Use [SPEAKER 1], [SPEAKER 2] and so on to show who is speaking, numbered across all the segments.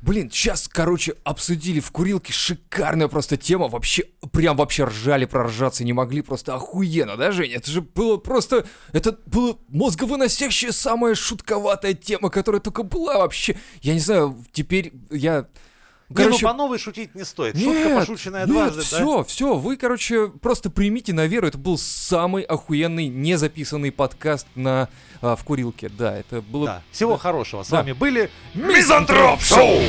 [SPEAKER 1] Блин, сейчас, короче, обсудили в курилке шикарная просто тема. Вообще, прям вообще ржали, проржаться не могли. Просто охуенно, да, Женя? Это же было просто... Это было мозговыносящая самая шутковатая тема, которая только была вообще. Я не знаю, теперь я...
[SPEAKER 2] Не, ну по новой шутить не стоит. Шутка
[SPEAKER 1] Нет,
[SPEAKER 2] пошученная
[SPEAKER 1] нет,
[SPEAKER 2] дважды, да?
[SPEAKER 1] все, все, вы, короче, просто примите на веру, это был самый охуенный незаписанный подкаст на а, в курилке, да, это было.
[SPEAKER 2] Да. Всего хорошего. С
[SPEAKER 1] Да.
[SPEAKER 2] вами были
[SPEAKER 1] Мизантроп Шоу!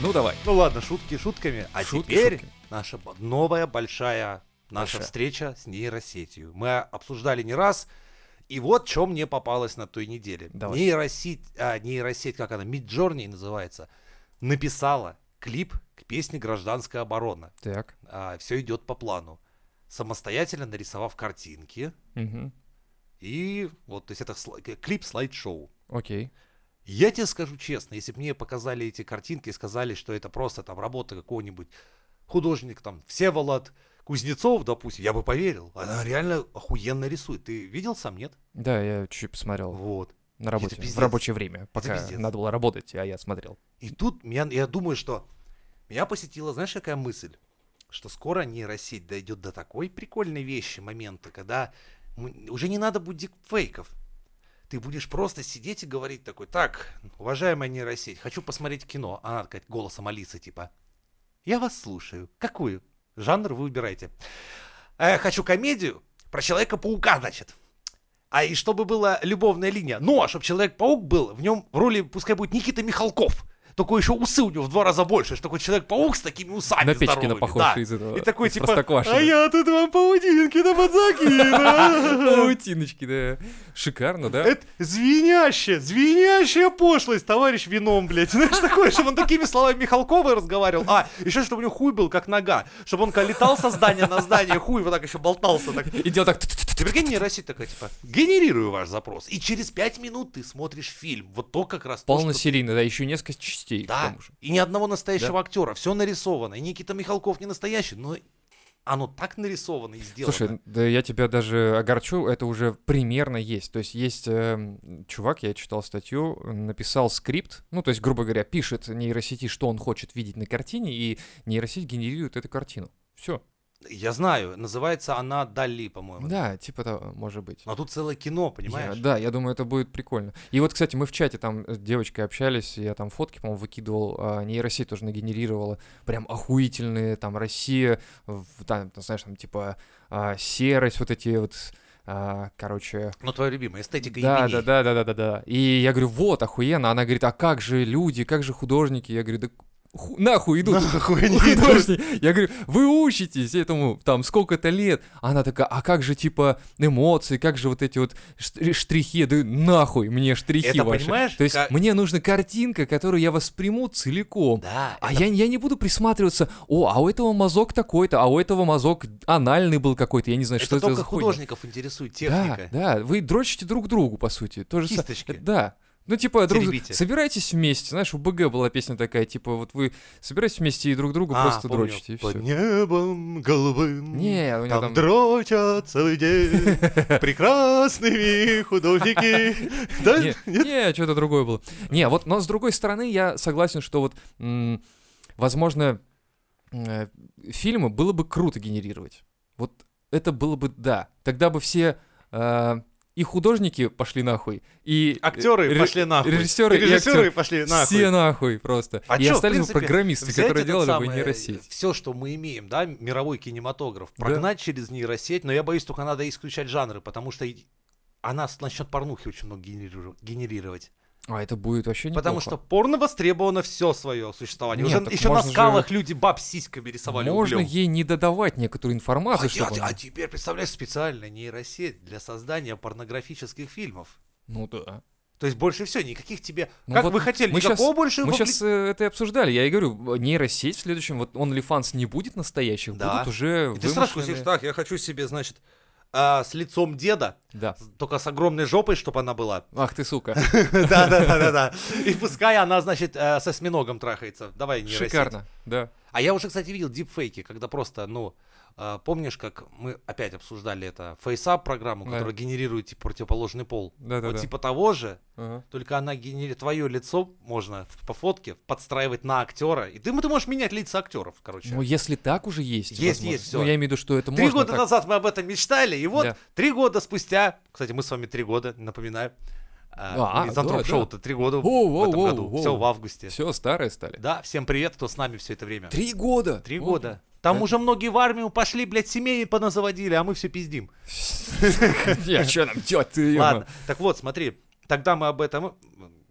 [SPEAKER 1] Ну давай.
[SPEAKER 2] Ну ладно, шутки шутками. А
[SPEAKER 1] Шутки
[SPEAKER 2] теперь
[SPEAKER 1] шутками.
[SPEAKER 2] наша б- новая большая наша
[SPEAKER 1] Большая.
[SPEAKER 2] встреча с нейросетью. Мы обсуждали не раз. И вот чем мне попалось на той неделе.
[SPEAKER 1] Давай.
[SPEAKER 2] Нейросеть, а, нейросеть, как она, Midjourney называется, написала клип к песне «Гражданская оборона».
[SPEAKER 1] Так.
[SPEAKER 2] все идет по плану. Самостоятельно нарисовав картинки.
[SPEAKER 1] Мгм.
[SPEAKER 2] И вот, то есть это слай- к- клип слайд-шоу.
[SPEAKER 1] Окей.
[SPEAKER 2] Я тебе скажу честно, если бы мне показали эти картинки и сказали, что это просто там работа какого-нибудь художника, там, Всеволод Кузнецов, допустим, я бы поверил. Она реально охуенно рисует. Ты видел сам, нет?
[SPEAKER 1] Да, я чуть посмотрел
[SPEAKER 2] Вот.
[SPEAKER 1] на работе,
[SPEAKER 2] пиздец.
[SPEAKER 1] в рабочее время, пока
[SPEAKER 2] пиздец.
[SPEAKER 1] надо было работать, а я смотрел.
[SPEAKER 2] И тут меня, я думаю, что меня посетила, знаешь, какая мысль? Что скоро нейросеть дойдет до такой прикольной вещи, момента, когда м- уже не надо будет дипфейков. Ты будешь просто сидеть и говорить такой, так, уважаемая нейросеть, хочу посмотреть кино. А Она такая голосом Алисы, типа, я вас слушаю. Какую? Жанр вы выбираете. «Э, хочу комедию про Человека-паука, значит. А и чтобы была любовная линия. Ну, а чтобы Человек-паук был, в нем в роли пускай будет Никита Михалков. Только еще усы у него в два раза больше. Что такой Человек-паук с такими усами
[SPEAKER 1] На Печкина
[SPEAKER 2] здоровыми.
[SPEAKER 1] похож
[SPEAKER 2] А, Да.
[SPEAKER 1] из этого.
[SPEAKER 2] И такой
[SPEAKER 1] Э, из
[SPEAKER 2] типа,
[SPEAKER 1] Простоквашино.
[SPEAKER 2] а я тут вам паутинки-то подзакину.
[SPEAKER 1] Паутиночки, да. Шикарно, да?
[SPEAKER 2] Это звенящая, звенящая пошлость, товарищ вином, блядь. Знаешь, такое, чтобы он такими словами Михалкова разговаривал. А, еще чтобы у него хуй был, как нога. Чтобы он когда летал со здания на здание, хуй вот так еще болтался. Так.
[SPEAKER 1] И делал так. «Т-т-т-т».
[SPEAKER 2] Ты прикинь, нейросеть такая, типа, генерирую ваш запрос. И через пять минут ты смотришь фильм. Вот то как раз то, что
[SPEAKER 1] Полносерийно, да, еще несколько частей. к
[SPEAKER 2] да,
[SPEAKER 1] тому же.
[SPEAKER 2] и ни одного настоящего актера. Все нарисовано. И Никита Михалков не настоящий, но оно так нарисовано и сделано.
[SPEAKER 1] Слушай, да я тебя даже огорчу, это уже примерно есть. То есть есть эм, чувак, я читал статью, написал скрипт, ну, то есть, грубо говоря, пишет нейросети, что он хочет видеть на картине, и нейросеть генерирует эту картину. Все.
[SPEAKER 2] я знаю, называется она Дали, по-моему.
[SPEAKER 1] Да, типа того, может быть.
[SPEAKER 2] Но тут целое кино,
[SPEAKER 1] Я-
[SPEAKER 2] А, понимаешь?
[SPEAKER 1] да, я думаю, это будет прикольно. И вот, кстати, мы в чате там с девочкой общались, я там фотки, по-моему, выкидывал, а, нейросеть тоже нагенерировала прям охуительные, там, Россия, в- там, ты знаешь, там, типа, а, серость, вот эти вот, а, короче...
[SPEAKER 2] Ну, твоя любимая эстетика
[SPEAKER 1] Да,
[SPEAKER 2] имени.
[SPEAKER 1] да, да, да, да, да, да. И я говорю, вот, охуенно. Она говорит, а как же люди, как же художники? Я говорю, да ху- нахуй идут.
[SPEAKER 2] Нахуй они идут.
[SPEAKER 1] художники». Я говорю, вы учитесь этому там сколько-то лет. Она такая, а как же типа эмоции, как же вот эти вот штри- штрихи, да нахуй мне штрихи
[SPEAKER 2] Это
[SPEAKER 1] ваши.
[SPEAKER 2] понимаешь,
[SPEAKER 1] То есть
[SPEAKER 2] как-
[SPEAKER 1] мне нужна картинка, которую я восприму целиком.
[SPEAKER 2] Да,
[SPEAKER 1] А
[SPEAKER 2] это-
[SPEAKER 1] я, я не буду присматриваться, о, а у этого мазок такой-то, а у этого мазок анальный был какой-то, я не знаю,
[SPEAKER 2] это
[SPEAKER 1] что это
[SPEAKER 2] только
[SPEAKER 1] за хуйня.
[SPEAKER 2] художников интересует техника.
[SPEAKER 1] Да, да, вы дрочите друг другу, по сути. То же са-
[SPEAKER 2] Кисточки.
[SPEAKER 1] Да. Ну, типа, друг...
[SPEAKER 2] Теребите.
[SPEAKER 1] собирайтесь вместе. Знаешь, у БГ была песня такая, типа, вот вы собираетесь вместе и друг другу
[SPEAKER 2] А,
[SPEAKER 1] просто
[SPEAKER 2] помню.
[SPEAKER 1] дрочите, и
[SPEAKER 2] Под
[SPEAKER 1] все.
[SPEAKER 2] небом голубым.
[SPEAKER 1] Не, у него
[SPEAKER 2] Там
[SPEAKER 1] там...
[SPEAKER 2] дрочат целый день прекрасными художники. Да?
[SPEAKER 1] Не, э, не, что-то другое было. Не, вот, но с другой стороны, я согласен, что вот, м, возможно, э, фильмы было бы круто генерировать. Вот это было бы, да. Тогда бы все э, и художники пошли нахуй, и... э,
[SPEAKER 2] Актеры
[SPEAKER 1] ре-
[SPEAKER 2] пошли нахуй.
[SPEAKER 1] режиссеры и
[SPEAKER 2] Режиссеры
[SPEAKER 1] актеры.
[SPEAKER 2] пошли
[SPEAKER 1] Все
[SPEAKER 2] нахуй. А
[SPEAKER 1] нахуй просто. и остались бы программисты, которые делали бы нейросеть.
[SPEAKER 2] Все, э, что мы имеем, да, мировой кинематограф, прогнать через нейросеть, но я боюсь, только надо исключать жанры, потому что и- она с- начнет порнухи очень много генериру- генерировать.
[SPEAKER 1] А это будет вообще неплохо.
[SPEAKER 2] Потому что порно востребовано все свое существование.
[SPEAKER 1] Нет,
[SPEAKER 2] Уже
[SPEAKER 1] так
[SPEAKER 2] еще на
[SPEAKER 1] можно же-
[SPEAKER 2] скалах люди баб с сиськами рисовали
[SPEAKER 1] можно
[SPEAKER 2] углем.
[SPEAKER 1] ей не додавать некоторую
[SPEAKER 2] А,
[SPEAKER 1] информацию,
[SPEAKER 2] те-
[SPEAKER 1] чтобы...
[SPEAKER 2] а те-
[SPEAKER 1] она-
[SPEAKER 2] а теперь представляешь специально нейросеть для создания порнографических фильмов.
[SPEAKER 1] Ну да.
[SPEAKER 2] То есть больше всего никаких тебе.
[SPEAKER 1] Ну
[SPEAKER 2] как
[SPEAKER 1] вот
[SPEAKER 2] вы хотели,
[SPEAKER 1] мы
[SPEAKER 2] никакого
[SPEAKER 1] щас-
[SPEAKER 2] больше
[SPEAKER 1] Мы
[SPEAKER 2] вовле-
[SPEAKER 1] сейчас это и обсуждали. Я и говорю, э, нейросеть в следующем, вот OnlyFans не будет настоящих,
[SPEAKER 2] Да.
[SPEAKER 1] будут уже
[SPEAKER 2] И Ты сразу
[SPEAKER 1] вымышленные.
[SPEAKER 2] сидишь, так, я хочу себе, значит, а, с лицом деда,
[SPEAKER 1] Да.
[SPEAKER 2] с- только с огромной жопой, чтобы она была.
[SPEAKER 1] Ах ты, сука.
[SPEAKER 2] Да, да, да, да, да. И пускай она, значит, э, со осьминогом трахается. Давай, нейросеть.
[SPEAKER 1] Шикарно. Да.
[SPEAKER 2] А я уже, кстати, видел дипфейки, когда просто, ну, а, помнишь, как мы опять обсуждали это FaceUp программу,
[SPEAKER 1] Да.
[SPEAKER 2] которая генерирует типа, противоположный пол?
[SPEAKER 1] Да-да-да.
[SPEAKER 2] Вот типа того же,
[SPEAKER 1] Ага.
[SPEAKER 2] только она генерирует твое лицо, можно в- по фотке подстраивать на актера. И ты, ты можешь менять лица актеров, короче.
[SPEAKER 1] Ну, если так уже есть.
[SPEAKER 2] Есть,
[SPEAKER 1] возможность.
[SPEAKER 2] есть, всё.
[SPEAKER 1] Ну, я имею в виду, что это
[SPEAKER 2] Три
[SPEAKER 1] можно
[SPEAKER 2] года
[SPEAKER 1] так.
[SPEAKER 2] назад мы об этом мечтали, и вот
[SPEAKER 1] Да.
[SPEAKER 2] три года спустя, кстати, мы с вами три года, напоминаю,
[SPEAKER 1] А,
[SPEAKER 2] а, Мизантроп
[SPEAKER 1] да,
[SPEAKER 2] шоу-то три года
[SPEAKER 1] Воу,
[SPEAKER 2] в
[SPEAKER 1] воу,
[SPEAKER 2] этом
[SPEAKER 1] воу,
[SPEAKER 2] году,
[SPEAKER 1] воу.
[SPEAKER 2] все в августе.
[SPEAKER 1] Все, старые стали.
[SPEAKER 2] Да, всем привет, кто с нами все это время.
[SPEAKER 1] Три года.
[SPEAKER 2] Три
[SPEAKER 1] Вот.
[SPEAKER 2] года. Там
[SPEAKER 1] Да.
[SPEAKER 2] уже многие в армию пошли, блядь, семей поназаводили, а мы все пиздим.
[SPEAKER 1] Я что нам делать? ты,
[SPEAKER 2] Ладно,
[SPEAKER 1] ё-моё?
[SPEAKER 2] так вот, смотри, тогда мы об этом м,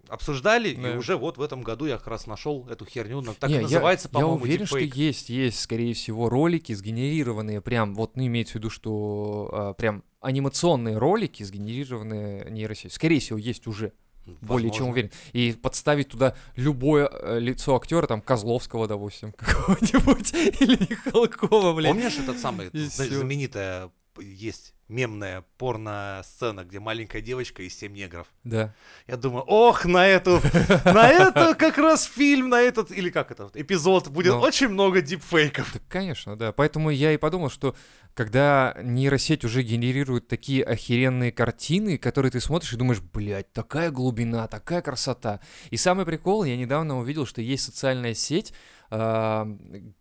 [SPEAKER 2] обсуждали,
[SPEAKER 1] Да.
[SPEAKER 2] и уже вот в этом году я как раз нашел эту херню, но так
[SPEAKER 1] Не,
[SPEAKER 2] и
[SPEAKER 1] я-
[SPEAKER 2] называется,
[SPEAKER 1] я,
[SPEAKER 2] по-моему,
[SPEAKER 1] уверен, что
[SPEAKER 2] deepfake.
[SPEAKER 1] есть, есть, скорее всего, ролики сгенерированные прям, вот, ну, имеется в виду, что а, прям анимационные ролики, сгенерированные нейросетью. Скорее всего, есть уже, более чем
[SPEAKER 2] Возможно.
[SPEAKER 1] уверен. И подставить туда любое э, лицо актера, там, Козловского, допустим, какого-нибудь, или Михалкова, блин.
[SPEAKER 2] Помнишь этот самый,
[SPEAKER 1] И
[SPEAKER 2] зна-
[SPEAKER 1] всё.
[SPEAKER 2] знаменитая п- есть мемная порно-сцена, где маленькая девочка и семь негров.
[SPEAKER 1] Да.
[SPEAKER 2] Я думаю, ох, на эту, на это как раз фильм, на этот, или как это, эпизод, будет
[SPEAKER 1] Ну.
[SPEAKER 2] очень много дипфейков.
[SPEAKER 1] Так, конечно, да. Поэтому я и подумал, что когда нейросеть уже генерирует такие охеренные картины, которые ты смотришь и думаешь, блядь, такая глубина, такая красота. И самый прикол, я недавно увидел, что есть социальная сеть а,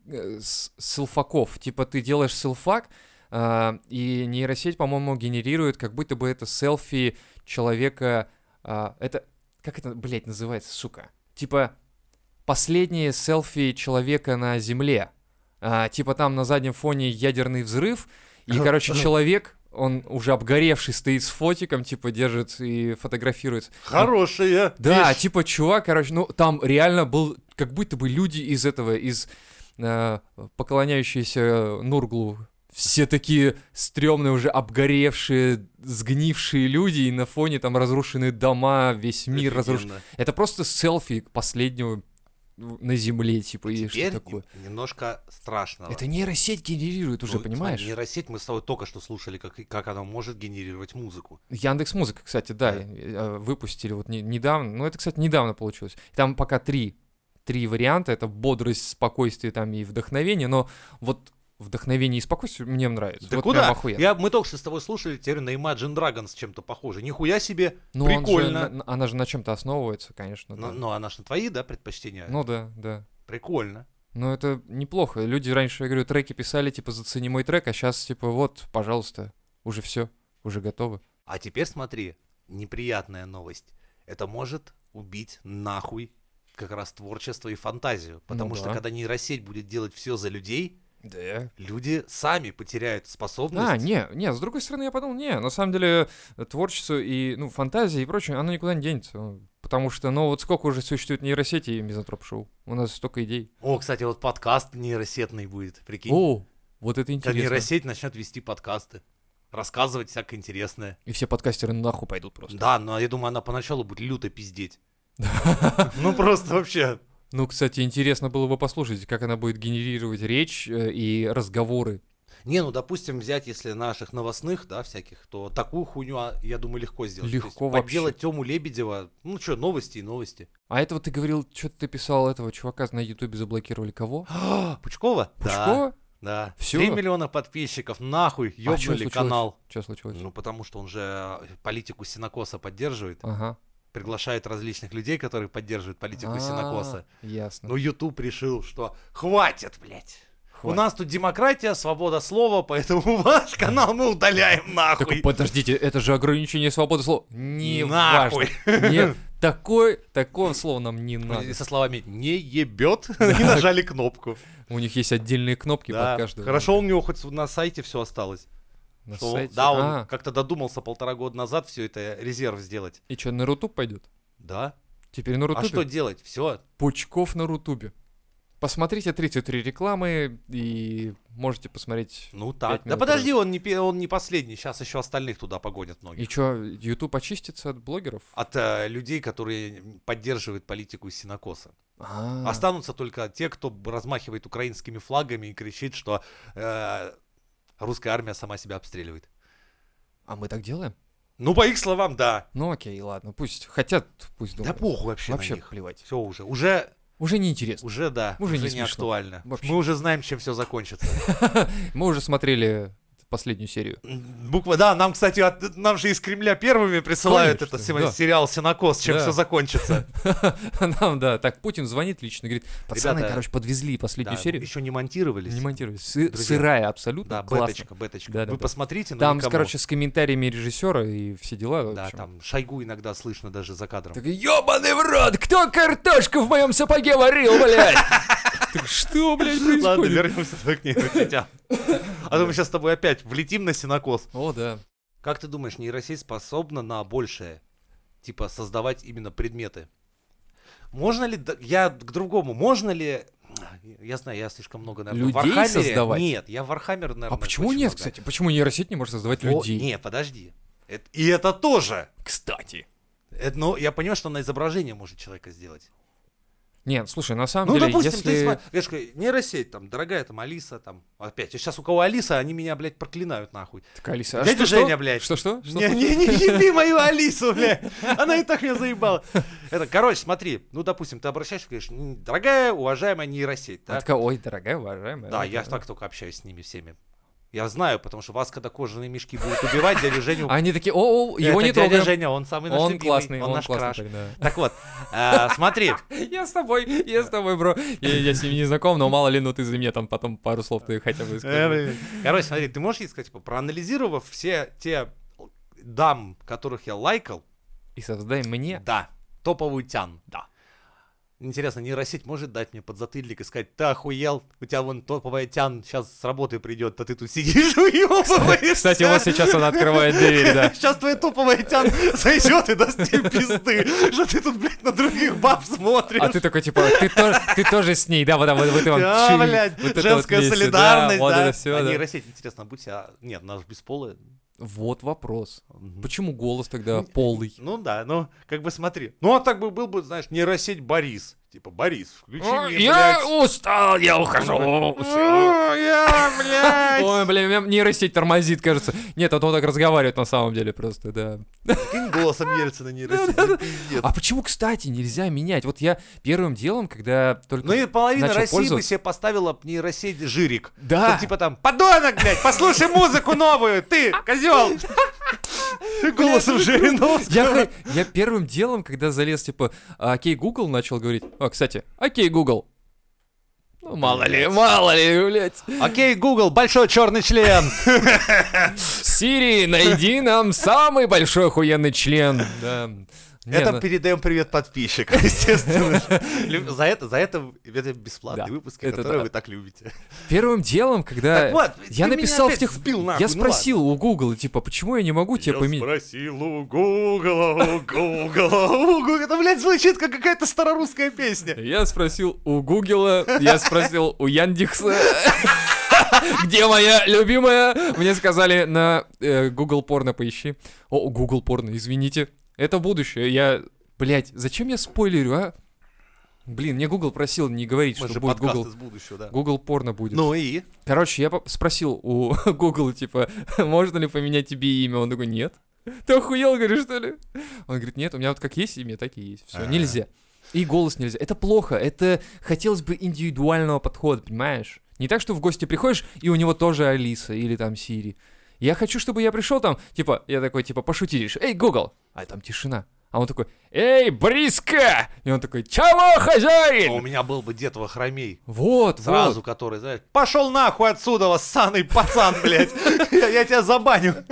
[SPEAKER 1] э, с- селфаков. Типа ты делаешь селфак, а, и нейросеть, по-моему, генерирует как будто бы это селфи человека... а, это... Как это, блядь, называется, сука? Типа последние селфи человека на Земле. А, типа там на заднем фоне ядерный взрыв, и, короче, человек, он уже обгоревший, стоит с фотиком, типа держит и фотографируется.
[SPEAKER 2] Хорошие.
[SPEAKER 1] Да,
[SPEAKER 2] вещь.
[SPEAKER 1] типа чувак, короче, ну там реально был, как будто бы люди из этого, из э, поклоняющиеся Нурглу, все такие стрёмные уже обгоревшие, сгнившие люди, и на фоне там разрушенные дома, весь мир разрушен.
[SPEAKER 2] Офигенно.
[SPEAKER 1] Это просто селфи последнего на земле, типа, и что
[SPEAKER 2] Теперь
[SPEAKER 1] такое.
[SPEAKER 2] нем- немножко страшно.
[SPEAKER 1] Это нейросеть генерирует уже, понимаешь?
[SPEAKER 2] Нейросеть, мы с тобой только что слушали, как, и- как она может генерировать музыку.
[SPEAKER 1] Яндекс Музыка, кстати, да,
[SPEAKER 2] Да.
[SPEAKER 1] э, выпустили вот не- недавно. Ну, это, кстати, недавно получилось. Там пока три, три варианта. Это бодрость, спокойствие там и вдохновение. Но вот вдохновение и спокойствие мне нравится.
[SPEAKER 2] Да
[SPEAKER 1] вот
[SPEAKER 2] куда?
[SPEAKER 1] прям охуенно.
[SPEAKER 2] Я, мы только что с тобой слушали теорию на Imagine Dragons чем-то похоже. Нихуя себе,
[SPEAKER 1] Ну, он же
[SPEAKER 2] прикольно. Ну,
[SPEAKER 1] на- она же на чем-то основывается, конечно.
[SPEAKER 2] Но,
[SPEAKER 1] Ну да.
[SPEAKER 2] но она же на твои, да, предпочтения?
[SPEAKER 1] Ну да, да.
[SPEAKER 2] Прикольно.
[SPEAKER 1] Но это неплохо. Люди раньше, я говорю, треки писали, типа, зацени мой трек, а сейчас, типа, вот, пожалуйста, уже все, уже готово.
[SPEAKER 2] А теперь смотри, неприятная новость. Это может убить нахуй как раз творчество и фантазию. Потому что
[SPEAKER 1] Ну да.
[SPEAKER 2] когда нейросеть будет делать все за людей,
[SPEAKER 1] Да.
[SPEAKER 2] люди сами потеряют способность.
[SPEAKER 1] А, не, не, с другой стороны, я подумал, не, на самом деле э, творчество и, ну, фантазия и прочее, оно никуда не денется. ну, Потому что, ну, вот сколько уже существует нейросети и мизантроп-шоу. У нас столько идей.
[SPEAKER 2] О, кстати, вот подкаст нейросетный будет, прикинь.
[SPEAKER 1] О, вот это
[SPEAKER 2] Когда
[SPEAKER 1] интересно.
[SPEAKER 2] нейросеть начнет вести подкасты, рассказывать всякое интересное.
[SPEAKER 1] И все подкастеры нахуй пойдут просто.
[SPEAKER 2] Да, но я думаю, она поначалу будет люто пиздеть. Ну просто вообще.
[SPEAKER 1] Ну, кстати, интересно было бы послушать, как она будет генерировать речь э, и разговоры.
[SPEAKER 2] Не, ну допустим, взять, если наших новостных, да, всяких, то такую хуйню, а, я думаю, легко сделать. То есть
[SPEAKER 1] Легко вообще.
[SPEAKER 2] Подделать Тему Лебедева, ну что, новости и новости.
[SPEAKER 1] А этого ты говорил, что ты писал этого чувака на Ютубе заблокировали кого?
[SPEAKER 2] Пучкова? Да,
[SPEAKER 1] Пучкова?
[SPEAKER 2] да.
[SPEAKER 1] Всё?
[SPEAKER 2] 3 миллиона подписчиков, нахуй,
[SPEAKER 1] чё
[SPEAKER 2] ёбнули
[SPEAKER 1] случилось?
[SPEAKER 2] канал.
[SPEAKER 1] Что случилось?
[SPEAKER 2] Ну, потому что он же э, политику Синокоса поддерживает,
[SPEAKER 1] ага.
[SPEAKER 2] приглашает различных людей, которые поддерживают политику
[SPEAKER 1] А,
[SPEAKER 2] Синокоса. Ну,
[SPEAKER 1] Ясно.
[SPEAKER 2] Но YouTube решил, что хватит, блядь. У
[SPEAKER 1] Хватит.
[SPEAKER 2] нас тут демократия, свобода слова, поэтому ваш канал мы удаляем
[SPEAKER 1] Так
[SPEAKER 2] нахуй.
[SPEAKER 1] подождите, это же ограничение свободы слова. Не
[SPEAKER 2] Нахуй.
[SPEAKER 1] важно. Нет, такое, такого слова нам не
[SPEAKER 2] И
[SPEAKER 1] надо.
[SPEAKER 2] Со словами «не ебет» и нажали кнопку.
[SPEAKER 1] У них есть отдельные кнопки
[SPEAKER 2] Да.
[SPEAKER 1] под каждую.
[SPEAKER 2] Хорошо, у него хоть на сайте все осталось.
[SPEAKER 1] На
[SPEAKER 2] Что он-
[SPEAKER 1] сайте.
[SPEAKER 2] Да, он
[SPEAKER 1] А,
[SPEAKER 2] как-то додумался полтора года назад все это резерв сделать.
[SPEAKER 1] И что, на Рутуб пойдет?
[SPEAKER 2] Да.
[SPEAKER 1] Теперь на
[SPEAKER 2] А
[SPEAKER 1] Рутубе?
[SPEAKER 2] что делать? Все.
[SPEAKER 1] Пучков на Рутубе. Посмотрите 33 рекламы и можете посмотреть...
[SPEAKER 2] Ну так.
[SPEAKER 1] Пять
[SPEAKER 2] Да
[SPEAKER 1] минут
[SPEAKER 2] подожди, он не, пе- он не последний. Сейчас еще остальных туда погонят
[SPEAKER 1] И
[SPEAKER 2] многих.
[SPEAKER 1] что, YouTube очистится от блогеров?
[SPEAKER 2] От э, людей, которые поддерживают политику Синокоса.
[SPEAKER 1] А,
[SPEAKER 2] Останутся только те, кто б- размахивает украинскими флагами и кричит, что э, русская армия сама себя обстреливает.
[SPEAKER 1] а мы так делаем?
[SPEAKER 2] Ну, по их словам, да.
[SPEAKER 1] Ну окей, ладно, пусть хотят, пусть
[SPEAKER 2] Да
[SPEAKER 1] думают.
[SPEAKER 2] похуй вообще,
[SPEAKER 1] Вообще
[SPEAKER 2] на них.
[SPEAKER 1] плевать.
[SPEAKER 2] Все уже. Уже
[SPEAKER 1] Уже неинтересно.
[SPEAKER 2] Уже да,
[SPEAKER 1] Уже
[SPEAKER 2] уже,
[SPEAKER 1] не
[SPEAKER 2] не,
[SPEAKER 1] смешно.
[SPEAKER 2] актуально.
[SPEAKER 1] Вообще.
[SPEAKER 2] Мы уже знаем, чем все закончится.
[SPEAKER 1] Мы уже смотрели последнюю серию.
[SPEAKER 2] М, Буква, да, нам, кстати, от- нам же из Кремля первыми присылают
[SPEAKER 1] Конечно,
[SPEAKER 2] этот сема-
[SPEAKER 1] да.
[SPEAKER 2] сериал «Синокос», чем
[SPEAKER 1] Да.
[SPEAKER 2] все закончится.
[SPEAKER 1] Нам, да, так Путин звонит лично, говорит, пацаны,
[SPEAKER 2] Ребята,
[SPEAKER 1] короче, подвезли последнюю серию.
[SPEAKER 2] Еще не монтировались.
[SPEAKER 1] Не монтировались. Сы-
[SPEAKER 2] Друзья.
[SPEAKER 1] Сырая абсолютно.
[SPEAKER 2] Да,
[SPEAKER 1] классно.
[SPEAKER 2] беточка, беточка.
[SPEAKER 1] Да, да,
[SPEAKER 2] Вы
[SPEAKER 1] да.
[SPEAKER 2] посмотрите, но
[SPEAKER 1] Там, с-
[SPEAKER 2] никому.
[SPEAKER 1] короче, с комментариями режиссера и все дела. в
[SPEAKER 2] Да,
[SPEAKER 1] общем.
[SPEAKER 2] там Шойгу иногда слышно даже за кадром.
[SPEAKER 1] Так, ёбаный в рот, кто картошку в моем сапоге варил, блядь? Так что, блядь,
[SPEAKER 2] Ладно,
[SPEAKER 1] происходит?
[SPEAKER 2] вернемся к нейросетям. А то мы сейчас с тобой опять влетим на синокос.
[SPEAKER 1] О, да.
[SPEAKER 2] Как ты думаешь, нейросеть способна на большее? Типа создавать именно предметы. Можно ли, д- я к другому, можно ли, я знаю, я слишком много, наверное,
[SPEAKER 1] Людей создавать?
[SPEAKER 2] Нет, я Вархаммер, наверное,
[SPEAKER 1] А почему нет, кстати? Почему нейросеть не может создавать людей?
[SPEAKER 2] не, подожди. Эт- и это тоже.
[SPEAKER 1] Кстати.
[SPEAKER 2] Это, ну, я понимаю, что она изображение может человека сделать.
[SPEAKER 1] Нет, слушай, на самом
[SPEAKER 2] Ну,
[SPEAKER 1] деле,
[SPEAKER 2] допустим,
[SPEAKER 1] если...
[SPEAKER 2] ты сма- видишь, какая нейросеть, там, дорогая там Алиса, там, опять. Сейчас у кого Алиса, они меня, блядь, проклинают нахуй.
[SPEAKER 1] Так, Алиса, а
[SPEAKER 2] Дядя
[SPEAKER 1] что, что?
[SPEAKER 2] Женя, блядь.
[SPEAKER 1] Что, что? Что, что?
[SPEAKER 2] Не-не-не, еби мою Алису, бля. Она и так меня заебала. Это, короче, смотри, ну, допустим, ты обращаешься, и говоришь, «М, дорогая, уважаемая нейросеть,
[SPEAKER 1] Она
[SPEAKER 2] да?
[SPEAKER 1] такая, ой, дорогая, уважаемая.
[SPEAKER 2] Да, я так только общаюсь с ними всеми. Я знаю, потому что вас, когда кожаные мешки будут убивать, дядя Женю...
[SPEAKER 1] А Они такие, о, о, его
[SPEAKER 2] Это
[SPEAKER 1] не
[SPEAKER 2] дядя
[SPEAKER 1] трогаем.
[SPEAKER 2] Женя, он самый наш
[SPEAKER 1] Он
[SPEAKER 2] любимый,
[SPEAKER 1] классный,
[SPEAKER 2] он
[SPEAKER 1] он
[SPEAKER 2] наш краш.
[SPEAKER 1] классный. тогда.
[SPEAKER 2] Так вот, а, смотри,
[SPEAKER 1] Я с тобой, я с тобой, бро. Я, я с ним не знаком, но мало ли, ну ты за меня там потом пару слов ты хотя бы скажи.
[SPEAKER 2] Короче, смотри, ты можешь ей сказать, типа, проанализировав все те дам, которых я лайкал,
[SPEAKER 1] И создай мне.
[SPEAKER 2] Да. Топовую тян. Да. Интересно, нейросеть может дать мне подзатыльник и сказать, ты охуел, у тебя вон топовая тян, сейчас с работы придет, а ты тут сидишь уебываешься.
[SPEAKER 1] Кстати, вот сейчас она открывает дверь, да.
[SPEAKER 2] Сейчас твоя топовая тян зайдет и даст тебе пизды, что ты тут, блядь, на других баб смотришь.
[SPEAKER 1] А ты такой, типа, ты, то- ты тоже с ней, да, вот, да, вот, вот, вот,
[SPEAKER 2] Да,
[SPEAKER 1] чу-
[SPEAKER 2] блядь,
[SPEAKER 1] вот это вот
[SPEAKER 2] женская
[SPEAKER 1] вместе, да,
[SPEAKER 2] солидарность,
[SPEAKER 1] вот
[SPEAKER 2] да.
[SPEAKER 1] это всё,
[SPEAKER 2] а
[SPEAKER 1] да.
[SPEAKER 2] нейросеть, интересно, будь себя... Нет, она же бесполая.
[SPEAKER 1] Вот вопрос.
[SPEAKER 2] Мгм.
[SPEAKER 1] Почему голос тогда
[SPEAKER 2] Ну,
[SPEAKER 1] полый?
[SPEAKER 2] Ну да, ну, как бы смотри. Ну, а так бы был бы, знаешь, нейросеть Борис. Типа, Борис, включи мне, блядь,
[SPEAKER 1] А, устал, я
[SPEAKER 2] О, Ну, я,
[SPEAKER 1] Ой,
[SPEAKER 2] блядь!
[SPEAKER 1] блин, меня нейросеть тормозит, кажется. Нет, а то он так разговаривает на самом деле просто, да.
[SPEAKER 2] Кинь голосом Ельцина нейросеть, ну, пиздец.
[SPEAKER 1] А почему, кстати, нельзя менять? Вот я первым делом, когда только...
[SPEAKER 2] Ну и половина
[SPEAKER 1] начал
[SPEAKER 2] России бы
[SPEAKER 1] пользоваться.
[SPEAKER 2] себе поставила б нейросеть жирик.
[SPEAKER 1] Да.
[SPEAKER 2] Чтоб типа там, подонок, блядь, послушай музыку новую, ты, козел! Голосом
[SPEAKER 1] Я,
[SPEAKER 2] Жириновского.
[SPEAKER 1] хо- я первым делом, когда залез, типа, окей, Google начал говорить. А, кстати, окей, Google. Ну, мало ли,
[SPEAKER 2] Блядь.
[SPEAKER 1] мало ли, блядь.
[SPEAKER 2] Окей, Google, большой черный член.
[SPEAKER 1] Сири, найди нам самый большой охуенный член. Да. Не,
[SPEAKER 2] Это
[SPEAKER 1] ну,
[SPEAKER 2] передаем привет подписчикам, естественно. же. Лю- За это, за это, это бесплатные
[SPEAKER 1] Да,
[SPEAKER 2] выпуски,
[SPEAKER 1] это
[SPEAKER 2] которые
[SPEAKER 1] да.
[SPEAKER 2] вы так любите.
[SPEAKER 1] Первым делом, когда
[SPEAKER 2] Так вот,
[SPEAKER 1] я
[SPEAKER 2] ты меня
[SPEAKER 1] написал в
[SPEAKER 2] опять
[SPEAKER 1] тех...
[SPEAKER 2] сбил нахуй,
[SPEAKER 1] я
[SPEAKER 2] ну
[SPEAKER 1] спросил у Google, типа, почему я не могу тебе
[SPEAKER 2] Я
[SPEAKER 1] поменять?
[SPEAKER 2] спросил у Гугла, у Гугла, у Гугла. Это, блядь, звучит как какая-то старорусская песня.
[SPEAKER 1] Я спросил у Гугла, я спросил у Яндекса, где моя любимая. Мне сказали на э, Google порно поищи. О, Google порно, извините. Это будущее. Я, блядь, зачем я спойлерю, а? Блин, мне Google просил не говорить,
[SPEAKER 2] Мы
[SPEAKER 1] что
[SPEAKER 2] же
[SPEAKER 1] будет
[SPEAKER 2] подкаст
[SPEAKER 1] Google.
[SPEAKER 2] из будущего, да.
[SPEAKER 1] Google порно будет.
[SPEAKER 2] Ну и?
[SPEAKER 1] Короче, я поп- спросил у Google, типа, можно ли поменять тебе имя? Он такой, нет. Ты охуел, говорю, что ли? Он говорит, нет, у меня вот как есть имя, так и есть. Все,
[SPEAKER 2] Ага.
[SPEAKER 1] нельзя. И голос нельзя. Это плохо. Это хотелось бы индивидуального подхода, понимаешь? Не так, что в гости приходишь, и у него тоже Алиса или там Сири. Я хочу, чтобы я пришел там, типа, я такой, типа, пошутить решил. Эй, Google! А там тишина. А он такой, эй, Бриска! И он такой, чего,
[SPEAKER 2] А У
[SPEAKER 1] хозяин?
[SPEAKER 2] меня был бы дед Вахромей.
[SPEAKER 1] Вот, вот.
[SPEAKER 2] Сразу, который, знаешь, пошел нахуй отсюда, вас саный пацан, блядь. Я я тебя забаню.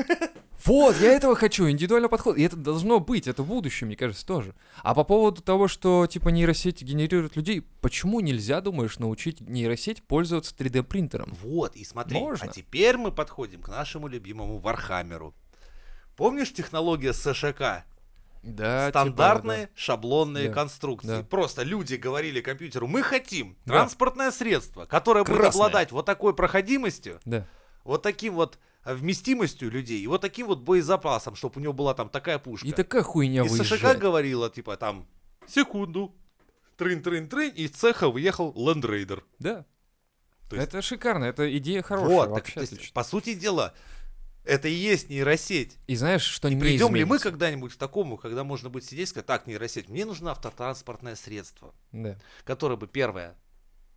[SPEAKER 1] Вот, я этого хочу, индивидуальный подход. И это должно быть, это будущее, мне кажется, тоже. А по поводу того, что, типа, нейросеть генерирует людей, почему нельзя, думаешь, научить нейросеть пользоваться 3D-принтером?
[SPEAKER 2] Вот, и смотри,
[SPEAKER 1] Можно.
[SPEAKER 2] а теперь мы подходим к нашему любимому Вархаммеру. Помнишь технология СШК?
[SPEAKER 1] Да, типа,
[SPEAKER 2] Стандартные шаблонные
[SPEAKER 1] Да.
[SPEAKER 2] конструкции.
[SPEAKER 1] Да.
[SPEAKER 2] Просто люди говорили компьютеру, мы хотим
[SPEAKER 1] Да.
[SPEAKER 2] транспортное средство, которое будет
[SPEAKER 1] Красное.
[SPEAKER 2] обладать вот такой проходимостью,
[SPEAKER 1] да.
[SPEAKER 2] вот таким вот э, вместимостью людей и вот таким вот боезапасом, чтобы у него была там такая пушка.
[SPEAKER 1] И такая хуйня
[SPEAKER 2] И СШК
[SPEAKER 1] выезжает.
[SPEAKER 2] говорила, типа, там, секунду, трын-трын-трын, и из цеха выехал лендрейдер.
[SPEAKER 1] Да.
[SPEAKER 2] То есть-
[SPEAKER 1] Это шикарно, это идея хорошая
[SPEAKER 2] Вот, так,
[SPEAKER 1] вообще.
[SPEAKER 2] то есть,
[SPEAKER 1] отлично.
[SPEAKER 2] по сути дела, Это и есть нейросеть.
[SPEAKER 1] И знаешь, что не
[SPEAKER 2] Придем ли мы
[SPEAKER 1] изменится?
[SPEAKER 2] когда-нибудь к такому, когда можно будет сидеть и сказать, так, нейросеть, мне нужно автотранспортное средство,
[SPEAKER 1] Да.
[SPEAKER 2] которое бы, первое,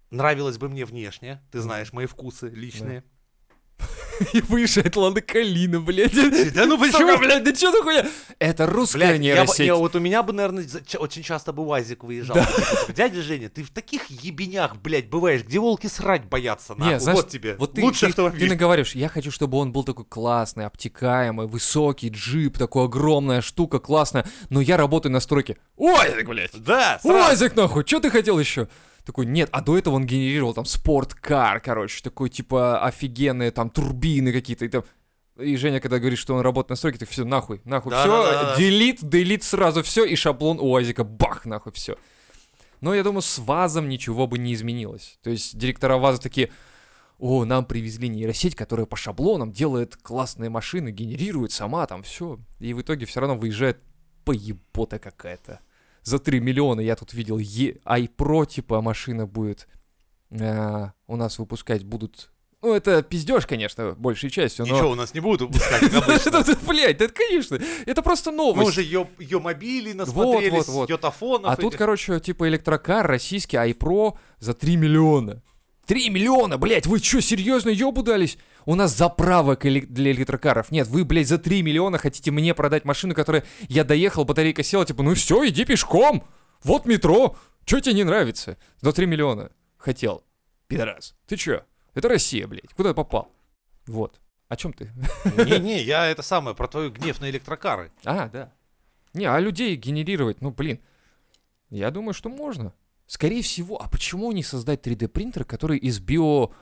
[SPEAKER 2] нравилось бы мне внешне, ты знаешь мои вкусы личные.
[SPEAKER 1] И выезжает Лада Калина, блядь.
[SPEAKER 2] Да ну
[SPEAKER 1] Сука, блядь, да что за хуйня? Это русская
[SPEAKER 2] Блядь, я бы-
[SPEAKER 1] нейросеть.
[SPEAKER 2] я вот у меня бы, наверное, очень часто бы УАЗик выезжал. Дядя Женя, ты в таких ебенях, блядь, бываешь, где волки срать боятся, нахуй.
[SPEAKER 1] знаешь,
[SPEAKER 2] вот тебе.
[SPEAKER 1] Вот ты,
[SPEAKER 2] Лучше
[SPEAKER 1] ты, ты
[SPEAKER 2] автомобиль.
[SPEAKER 1] наговариваешь, я хочу, чтобы он был такой классный, обтекаемый, высокий джип, такой огромная штука, классная, но я работаю на стройке. Ой, блядь!
[SPEAKER 2] Да, сразу.
[SPEAKER 1] Уазик, нахуй, что ты хотел еще? Такой, нет, а до этого он генерировал там спорткар, короче, такой, типа, офигенные там турбины какие-то, и там... И Женя, когда говорит, что он работает на стройке, так все, нахуй, нахуй,
[SPEAKER 2] Да, да, да,
[SPEAKER 1] все,
[SPEAKER 2] да.
[SPEAKER 1] делит, делит сразу все, и шаблон УАЗика, бах, нахуй, все. Но я думаю, с ВАЗом ничего бы не изменилось. То есть директора ВАЗа такие, о, нам привезли нейросеть, которая по шаблонам делает классные машины, генерирует сама там все. И в итоге все равно выезжает поебота какая-то. За 3 миллиона я тут видел Е- iPro, типа машина будет э, у нас выпускать будут... Ну, это пиздеж, конечно, большей частью, но...
[SPEAKER 2] Ничего у нас не будут выпускать, как обычно.
[SPEAKER 1] Это, блядь, это, конечно, это просто
[SPEAKER 2] Мы
[SPEAKER 1] новость.
[SPEAKER 2] уже ее мобили
[SPEAKER 1] Ну, Вот,
[SPEAKER 2] насмотрелись,
[SPEAKER 1] вот, вот.
[SPEAKER 2] ее тафонов.
[SPEAKER 1] А тут,
[SPEAKER 2] этих.
[SPEAKER 1] короче, типа электрокар российский iPro за 3 миллиона. 3 миллиона, блядь, вы чё, серьезно ёбу дались? У нас заправок эле- для электрокаров нет. Вы, блядь, за 3 миллиона хотите мне продать машину, которая... Я доехал, батарейка села, типа, ну все, иди пешком. Вот метро. Чё тебе не нравится? За 3 миллиона хотел. Пидорас. Ты чё? Это Россия, блядь. Куда я попал? Вот. О чем ты?
[SPEAKER 2] Не-не, я это самое, про твою гнев на электрокары.
[SPEAKER 1] А, да. Не, а людей генерировать, ну, блин, я думаю, что можно. Скорее всего, а почему не создать 3D-принтер, который из биоматериалов?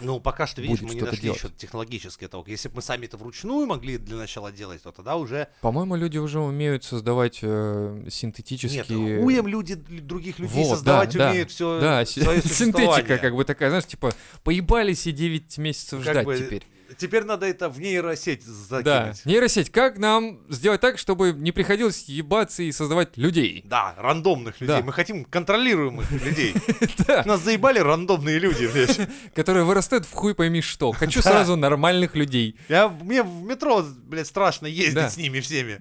[SPEAKER 2] Ну, пока что, видишь,
[SPEAKER 1] Будет
[SPEAKER 2] мы не
[SPEAKER 1] что-то
[SPEAKER 2] нашли
[SPEAKER 1] делать.
[SPEAKER 2] еще технологически этого. Если бы мы сами это вручную могли для начала делать, то тогда уже...
[SPEAKER 1] По-моему, люди уже умеют создавать э, синтетические...
[SPEAKER 2] Нет, ну хуем люди, других людей
[SPEAKER 1] Вот, да,
[SPEAKER 2] создавать
[SPEAKER 1] да,
[SPEAKER 2] умеют все
[SPEAKER 1] Да, си-
[SPEAKER 2] свое
[SPEAKER 1] синтетика
[SPEAKER 2] э, существование.
[SPEAKER 1] как бы такая, знаешь, типа, поебались и 9 месяцев
[SPEAKER 2] Как
[SPEAKER 1] ждать
[SPEAKER 2] бы
[SPEAKER 1] теперь.
[SPEAKER 2] Теперь надо это в нейросеть
[SPEAKER 1] Да,
[SPEAKER 2] закинуть.
[SPEAKER 1] нейросеть, как нам сделать так, чтобы не приходилось ебаться и создавать людей?
[SPEAKER 2] Да, рандомных людей.
[SPEAKER 1] Да.
[SPEAKER 2] Мы хотим контролируемых людей.
[SPEAKER 1] Да.
[SPEAKER 2] Нас заебали рандомные люди, блядь.
[SPEAKER 1] Которые вырастают в хуй пойми что. Хочу
[SPEAKER 2] Да.
[SPEAKER 1] сразу нормальных людей.
[SPEAKER 2] Я, мне в метро, блядь, страшно
[SPEAKER 1] Да.
[SPEAKER 2] ездить с ними всеми.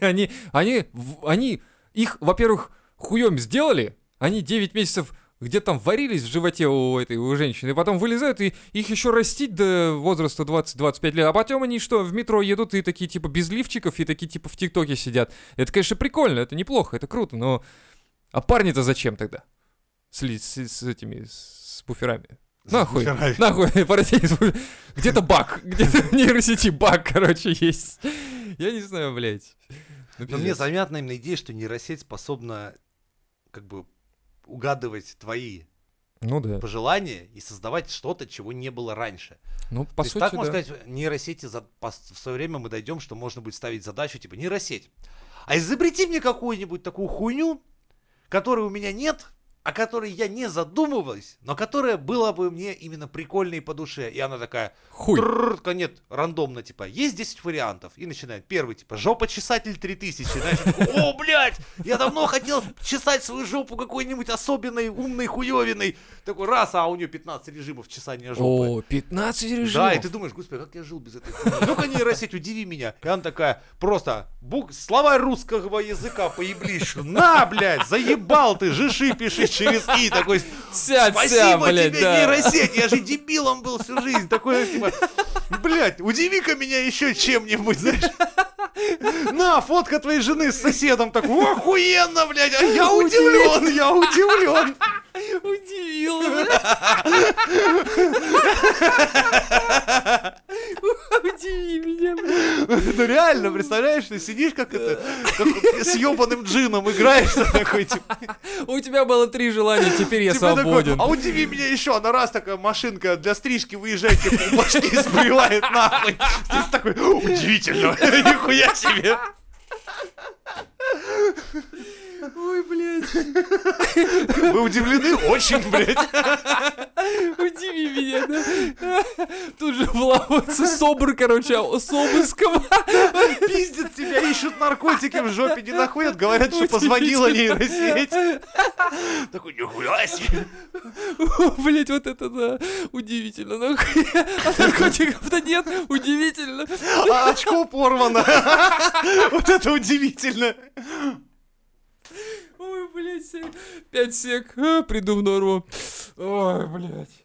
[SPEAKER 1] Они, они, в- они, их, во-первых, хуем сделали, они 9 месяцев где-то там варились в животе у этой у женщины, и потом вылезают, и их еще растить до возраста 20-25 лет. А потом они что, в метро едут и такие типа без лифчиков, и такие типа в ТикТоке сидят. Это, конечно, прикольно, это неплохо, это круто, но... А парни-то зачем тогда? С, ли- с- с этими, с буферами. Нахуй,
[SPEAKER 2] Забирай.
[SPEAKER 1] нахуй, паразит. Где-то баг, где-то в нейросети баг, короче, есть. Я не знаю, блядь. Ну,
[SPEAKER 2] Но
[SPEAKER 1] пиздец.
[SPEAKER 2] мне занятна именно идея, что нейросеть способна как бы угадывать твои
[SPEAKER 1] Ну да.
[SPEAKER 2] пожелания и создавать что-то, чего не было раньше.
[SPEAKER 1] Ну, по
[SPEAKER 2] То есть
[SPEAKER 1] сути,
[SPEAKER 2] так
[SPEAKER 1] да.
[SPEAKER 2] можно сказать, нейросети за- пос- в свое время мы дойдем, что можно будет ставить задачу типа нейросеть. А изобрети мне какую-нибудь такую хуйню, которой у меня нет, о которой я не задумывалась, но которая была бы мне именно прикольной по душе. И она такая,
[SPEAKER 1] Хуй.
[SPEAKER 2] «Тррррр», нет, рандомно, типа, есть 10 вариантов. И начинает первый, типа, жопочесатель 3000. Знаешь, такой, о, блядь, я давно хотел чесать свою жопу какой-нибудь особенной, умной хуевиной. Такой раз, а у нее 15 режимов чесания жопы.
[SPEAKER 1] О, 15 режимов.
[SPEAKER 2] Да, и ты думаешь, господи, как я жил без этой хуйни? Ну-ка, нейросеть, удиви меня. И она такая, просто, бук... слова русского языка поеблишь. На, блядь, заебал ты, жиши пиши через и. Такой,
[SPEAKER 1] Сядь, сядь,
[SPEAKER 2] спасибо
[SPEAKER 1] блядь,
[SPEAKER 2] тебе,
[SPEAKER 1] да.
[SPEAKER 2] нейросеть, я же дебилом был всю жизнь. Такой, типа, блядь, удиви-ка меня еще чем-нибудь, знаешь. На, фотка твоей жены с соседом. Так, охуенно, блядь, а я удивлен, я удивлен.
[SPEAKER 1] Удивил, блядь. Удиви меня, блядь.
[SPEAKER 2] Ну реально, представляешь, ты сидишь как это, как с ебаным джином играешь, ты такой, типа,
[SPEAKER 1] У тебя было три желания, теперь я
[SPEAKER 2] типа такой,
[SPEAKER 1] свободен.
[SPEAKER 2] а удиви меня еще, она раз такая машинка для стрижки выезжает, типа, башки сбривает нахуй. Ты такой, удивительно, нихуя себе.
[SPEAKER 1] Ой, блядь,
[SPEAKER 2] Вы удивлены? Очень, блядь.
[SPEAKER 1] удиви меня, да? Тут же вламывается собр, короче, а с обыском.
[SPEAKER 2] Пиздят тебя, ищут наркотики в жопе, не находят. Говорят, что позвонила нейросеть. Такой, нихуя себе.
[SPEAKER 1] Блять, вот это да, удивительно. нахуй. А наркотиков-то нет, удивительно.
[SPEAKER 2] А очко порвано. Вот это удивительно.
[SPEAKER 1] Ой, блядь, сек. пять сек, а, приду в норму. Ой, блядь.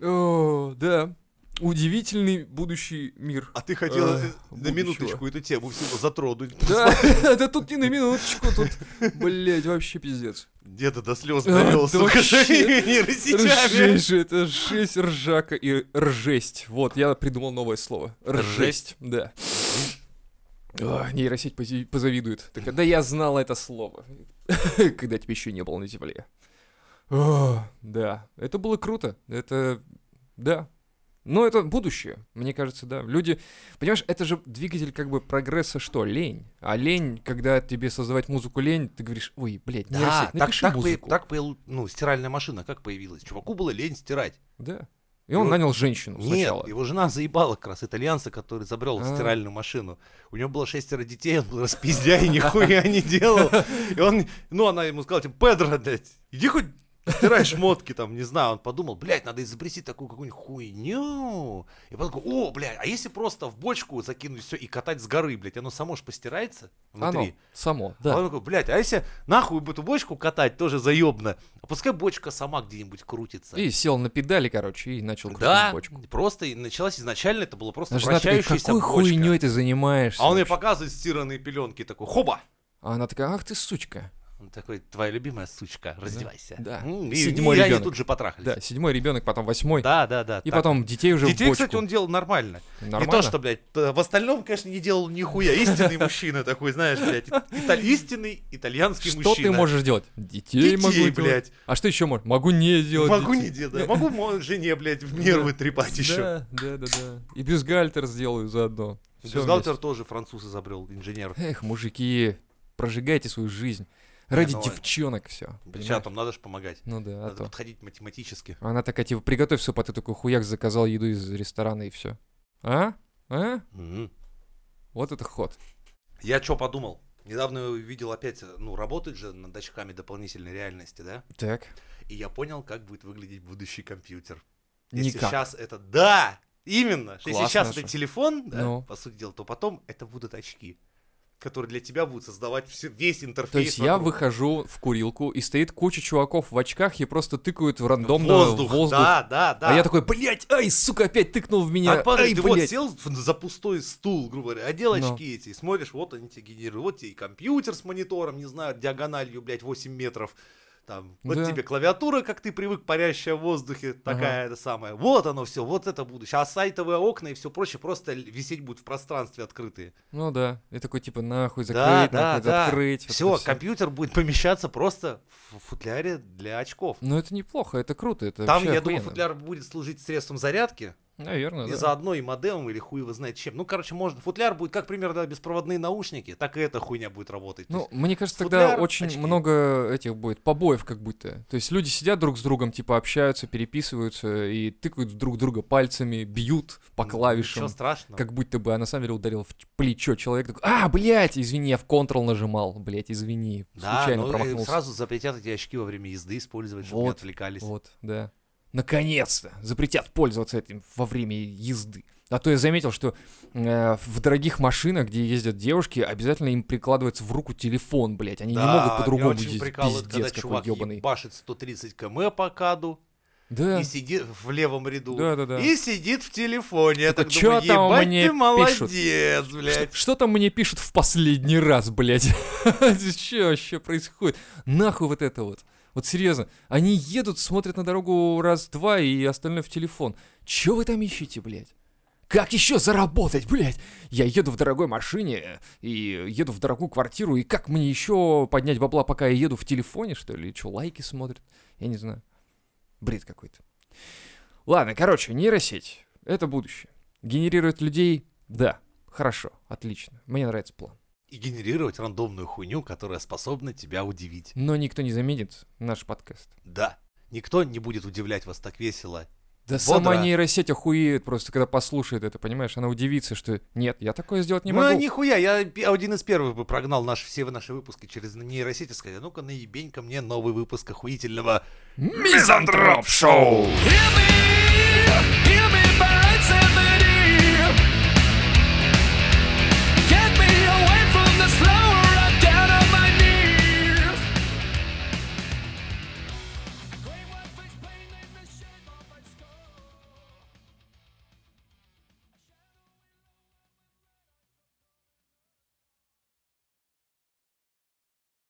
[SPEAKER 1] О, да. Удивительный будущий мир.
[SPEAKER 2] А ты хотела
[SPEAKER 1] Э,
[SPEAKER 2] на
[SPEAKER 1] будущего.
[SPEAKER 2] минуточку эту тему всего затронуть.
[SPEAKER 1] Да, да тут не на минуточку, тут, блядь, вообще пиздец.
[SPEAKER 2] Деда до слез
[SPEAKER 1] А,
[SPEAKER 2] довел,
[SPEAKER 1] да
[SPEAKER 2] сука,
[SPEAKER 1] вообще.
[SPEAKER 2] нейросетями.
[SPEAKER 1] Ржесть, это жесть, ржака и ржесть. Вот, я придумал новое слово. Ржесть, да. А, нейросеть пози- позавидует. Так, да я знал это слово, когда тебя еще не было на земле. О, да, это было круто, это... да. Но это будущее, мне кажется, да. Люди, понимаешь, это же двигатель как бы прогресса что, лень. А лень, когда тебе создавать музыку лень, ты говоришь, ой, блядь,
[SPEAKER 2] Да,
[SPEAKER 1] нейросеть,
[SPEAKER 2] так,
[SPEAKER 1] напиши
[SPEAKER 2] так,
[SPEAKER 1] музыку.
[SPEAKER 2] по- так появил- ну, стиральная машина как появилась? Чуваку было лень стирать.
[SPEAKER 1] Да. И он
[SPEAKER 2] Его-
[SPEAKER 1] нанял женщину сначала.
[SPEAKER 2] Нет, его жена заебала как раз итальянца, который забрел
[SPEAKER 1] А.
[SPEAKER 2] стиральную машину. У него было шестеро детей, он был распиздя и нихуя не делал. И он, ну, она ему сказала, типа, Педро, блядь, иди хоть стирай шмотки там, не знаю. Он подумал, блядь, надо изобрести такую какую-нибудь хуйню. И потом такой, о, блядь, а если просто в бочку закинуть все и катать с горы, блядь, оно само же постирается
[SPEAKER 1] Оно,
[SPEAKER 2] внутри.
[SPEAKER 1] само,
[SPEAKER 2] А
[SPEAKER 1] да.
[SPEAKER 2] он такой, блядь, а если нахуй бы эту бочку катать, тоже заебно. А пускай бочка сама где-нибудь крутится.
[SPEAKER 1] И сел на педали, короче, и начал крутить
[SPEAKER 2] Да,
[SPEAKER 1] Ну, бочку.
[SPEAKER 2] просто и началась изначально, это было просто
[SPEAKER 1] А жена такая,
[SPEAKER 2] вращающаяся
[SPEAKER 1] какой
[SPEAKER 2] бочка.
[SPEAKER 1] хуйней ты занимаешься?
[SPEAKER 2] А он ей
[SPEAKER 1] вообще?»
[SPEAKER 2] показывает стиранные пеленки, такой, хоба!
[SPEAKER 1] А она такая, ах ты сучка.
[SPEAKER 2] Он такой, твоя любимая сучка, раздевайся.
[SPEAKER 1] да.
[SPEAKER 2] М, И,
[SPEAKER 1] Седьмой
[SPEAKER 2] и они
[SPEAKER 1] ребенок.
[SPEAKER 2] тут же потрахались.
[SPEAKER 1] Да, седьмой ребенок, потом восьмой.
[SPEAKER 2] да, да. да,
[SPEAKER 1] И
[SPEAKER 2] так.
[SPEAKER 1] потом детей уже
[SPEAKER 2] Детей,
[SPEAKER 1] в бочку.
[SPEAKER 2] кстати, он делал нормально. Не то,
[SPEAKER 1] Нормально?
[SPEAKER 2] что, блядь, т- в остальном, конечно, не делал нихуя. Истинный мужчина такой, знаешь, блядь, ита- истинный итальянский
[SPEAKER 1] Что
[SPEAKER 2] мужчина.
[SPEAKER 1] ты можешь делать? Детей,
[SPEAKER 2] Детей,
[SPEAKER 1] могу делать.
[SPEAKER 2] блядь.
[SPEAKER 1] А что еще могу? Могу не делать
[SPEAKER 2] Могу
[SPEAKER 1] детей.
[SPEAKER 2] не делать, могу мо- жене, блядь, в нервы трепать еще.
[SPEAKER 1] Да, да, да, да. И бюстгальтер сделаю заодно. Всё
[SPEAKER 2] Бюстгальтер тоже француз изобрел, инженер.
[SPEAKER 1] вместе. Эх, мужики, прожигайте свою жизнь. Ради
[SPEAKER 2] ну,
[SPEAKER 1] девчонок все.
[SPEAKER 2] Девчатам надо же помогать.
[SPEAKER 1] Ну да, а
[SPEAKER 2] Надо
[SPEAKER 1] то.
[SPEAKER 2] подходить математически.
[SPEAKER 1] Она такая, типа, приготовь суп, а ты такой хуяк заказал еду из ресторана и все. А? А?
[SPEAKER 2] Мгм.
[SPEAKER 1] Вот это ход.
[SPEAKER 2] Я что подумал? Недавно увидел опять, ну, работают же над очками дополнительной реальности, да?
[SPEAKER 1] Так.
[SPEAKER 2] И я понял, как будет выглядеть будущий компьютер. Если
[SPEAKER 1] Никак.
[SPEAKER 2] сейчас это... Да! Именно! Что если
[SPEAKER 1] Классно
[SPEAKER 2] сейчас
[SPEAKER 1] же.
[SPEAKER 2] это телефон, да,
[SPEAKER 1] Ну.
[SPEAKER 2] по сути дела, то потом это будут очки, которые для тебя будут создавать все- весь интерфейс.
[SPEAKER 1] То есть я
[SPEAKER 2] вокруг.
[SPEAKER 1] выхожу в курилку, и стоит куча чуваков в очках, и просто тыкают в рандомно
[SPEAKER 2] Воздух,
[SPEAKER 1] в воздух.
[SPEAKER 2] да, да, да.
[SPEAKER 1] А я такой, блядь, ай, сука, опять тыкнул в меня.
[SPEAKER 2] Так, А парень,
[SPEAKER 1] ай,
[SPEAKER 2] ты вот
[SPEAKER 1] блядь».
[SPEAKER 2] сел в- за пустой стул, грубо говоря, одел
[SPEAKER 1] Ну.
[SPEAKER 2] очки эти, и смотришь, вот они тебе генерируют, вот тебе и компьютер с монитором, не знаю, диагональю, блядь, 8 метров, там, вот
[SPEAKER 1] Да.
[SPEAKER 2] тебе клавиатура, как ты привык, парящая в воздухе, такая это самая, вот оно все, вот это будущее, а сайтовые окна и все прочее просто л- висеть будут в пространстве открытые.
[SPEAKER 1] Ну да. И такой, типа, нахуй
[SPEAKER 2] да,
[SPEAKER 1] закрыть,
[SPEAKER 2] да,
[SPEAKER 1] нахуй
[SPEAKER 2] да,
[SPEAKER 1] открыть. вот
[SPEAKER 2] все,
[SPEAKER 1] это всё.
[SPEAKER 2] компьютер будет помещаться просто в футляре для очков.
[SPEAKER 1] Ну это неплохо, это круто, это
[SPEAKER 2] Там,
[SPEAKER 1] вообще
[SPEAKER 2] я думаю,
[SPEAKER 1] охуенно.
[SPEAKER 2] футляр будет служить средством зарядки,
[SPEAKER 1] Наверное,
[SPEAKER 2] И
[SPEAKER 1] да.
[SPEAKER 2] заодно и модемом, или хуй его знает чем. Ну, короче, можно. Футляр будет как примерно беспроводные наушники, так и эта хуйня будет работать. То
[SPEAKER 1] Ну,
[SPEAKER 2] есть,
[SPEAKER 1] мне кажется,
[SPEAKER 2] футляр,
[SPEAKER 1] тогда очень
[SPEAKER 2] очки.
[SPEAKER 1] много этих будет побоев, как будто. То есть люди сидят друг с другом, типа общаются, переписываются и тыкают друг друга пальцами, бьют по
[SPEAKER 2] ну,
[SPEAKER 1] клавишам.
[SPEAKER 2] Ничего страшного.
[SPEAKER 1] Как будто бы, а на самом деле ударил в ч- плечо человек такой, а, блядь, извини, я в Ctrl нажимал, блядь, извини,
[SPEAKER 2] Да,
[SPEAKER 1] случайно
[SPEAKER 2] ну, э,
[SPEAKER 1] промахнулся.
[SPEAKER 2] сразу запретят эти очки во время езды использовать, чтобы не
[SPEAKER 1] Вот,
[SPEAKER 2] отвлекались.
[SPEAKER 1] Вот, да. Наконец-то запретят пользоваться этим во время езды. А то я заметил, что э, в дорогих машинах, где ездят девушки, обязательно им прикладывается в руку телефон, блядь. Они не
[SPEAKER 2] Да,
[SPEAKER 1] могут по-другому
[SPEAKER 2] меня очень
[SPEAKER 1] ездить.
[SPEAKER 2] прикалывает,
[SPEAKER 1] Пиздец,
[SPEAKER 2] когда
[SPEAKER 1] какой
[SPEAKER 2] чувак
[SPEAKER 1] ёбаный.
[SPEAKER 2] ебашит 130 км по каду
[SPEAKER 1] Да.
[SPEAKER 2] и сидит в левом ряду.
[SPEAKER 1] Да, да, да.
[SPEAKER 2] И сидит в телефоне. Я
[SPEAKER 1] Такой,
[SPEAKER 2] так
[SPEAKER 1] «Чё
[SPEAKER 2] думаю,
[SPEAKER 1] там
[SPEAKER 2] ебать
[SPEAKER 1] мне
[SPEAKER 2] ты молодец,
[SPEAKER 1] пишут?»
[SPEAKER 2] блядь.
[SPEAKER 1] Что, что там мне пишут в последний раз, блядь? Что вообще происходит? Нахуй вот это вот. Вот серьезно, они едут, смотрят на дорогу раз-два и остальное в телефон. Че вы там ищете, блядь? Как еще заработать, блядь? Я еду в дорогой машине и еду в дорогую квартиру, и как мне еще поднять бабла, пока я еду в телефоне, что ли? Че, лайки смотрят? Я не знаю. Бред какой-то. Ладно, короче, нейросеть. Это будущее. Генерирует людей? Да. Хорошо, отлично. Мне нравится план.
[SPEAKER 2] и генерировать рандомную хуйню, которая способна тебя удивить.
[SPEAKER 1] Но никто не заметит наш подкаст.
[SPEAKER 2] Да, никто не будет удивлять вас так весело.
[SPEAKER 1] Да
[SPEAKER 2] Бодро.
[SPEAKER 1] сама нейросеть охуеет просто, когда послушает это, понимаешь? Она удивится, что нет, я такое сделать не
[SPEAKER 2] ну,
[SPEAKER 1] могу.
[SPEAKER 2] нихуя, я пи- один из первых бы прогнал наши, все наши выпуски через нейросети, сказали, ну-ка наебень ко мне новый выпуск охуительного
[SPEAKER 1] Мизантроп Шоу!
[SPEAKER 3] Hear me, hear me, birds in the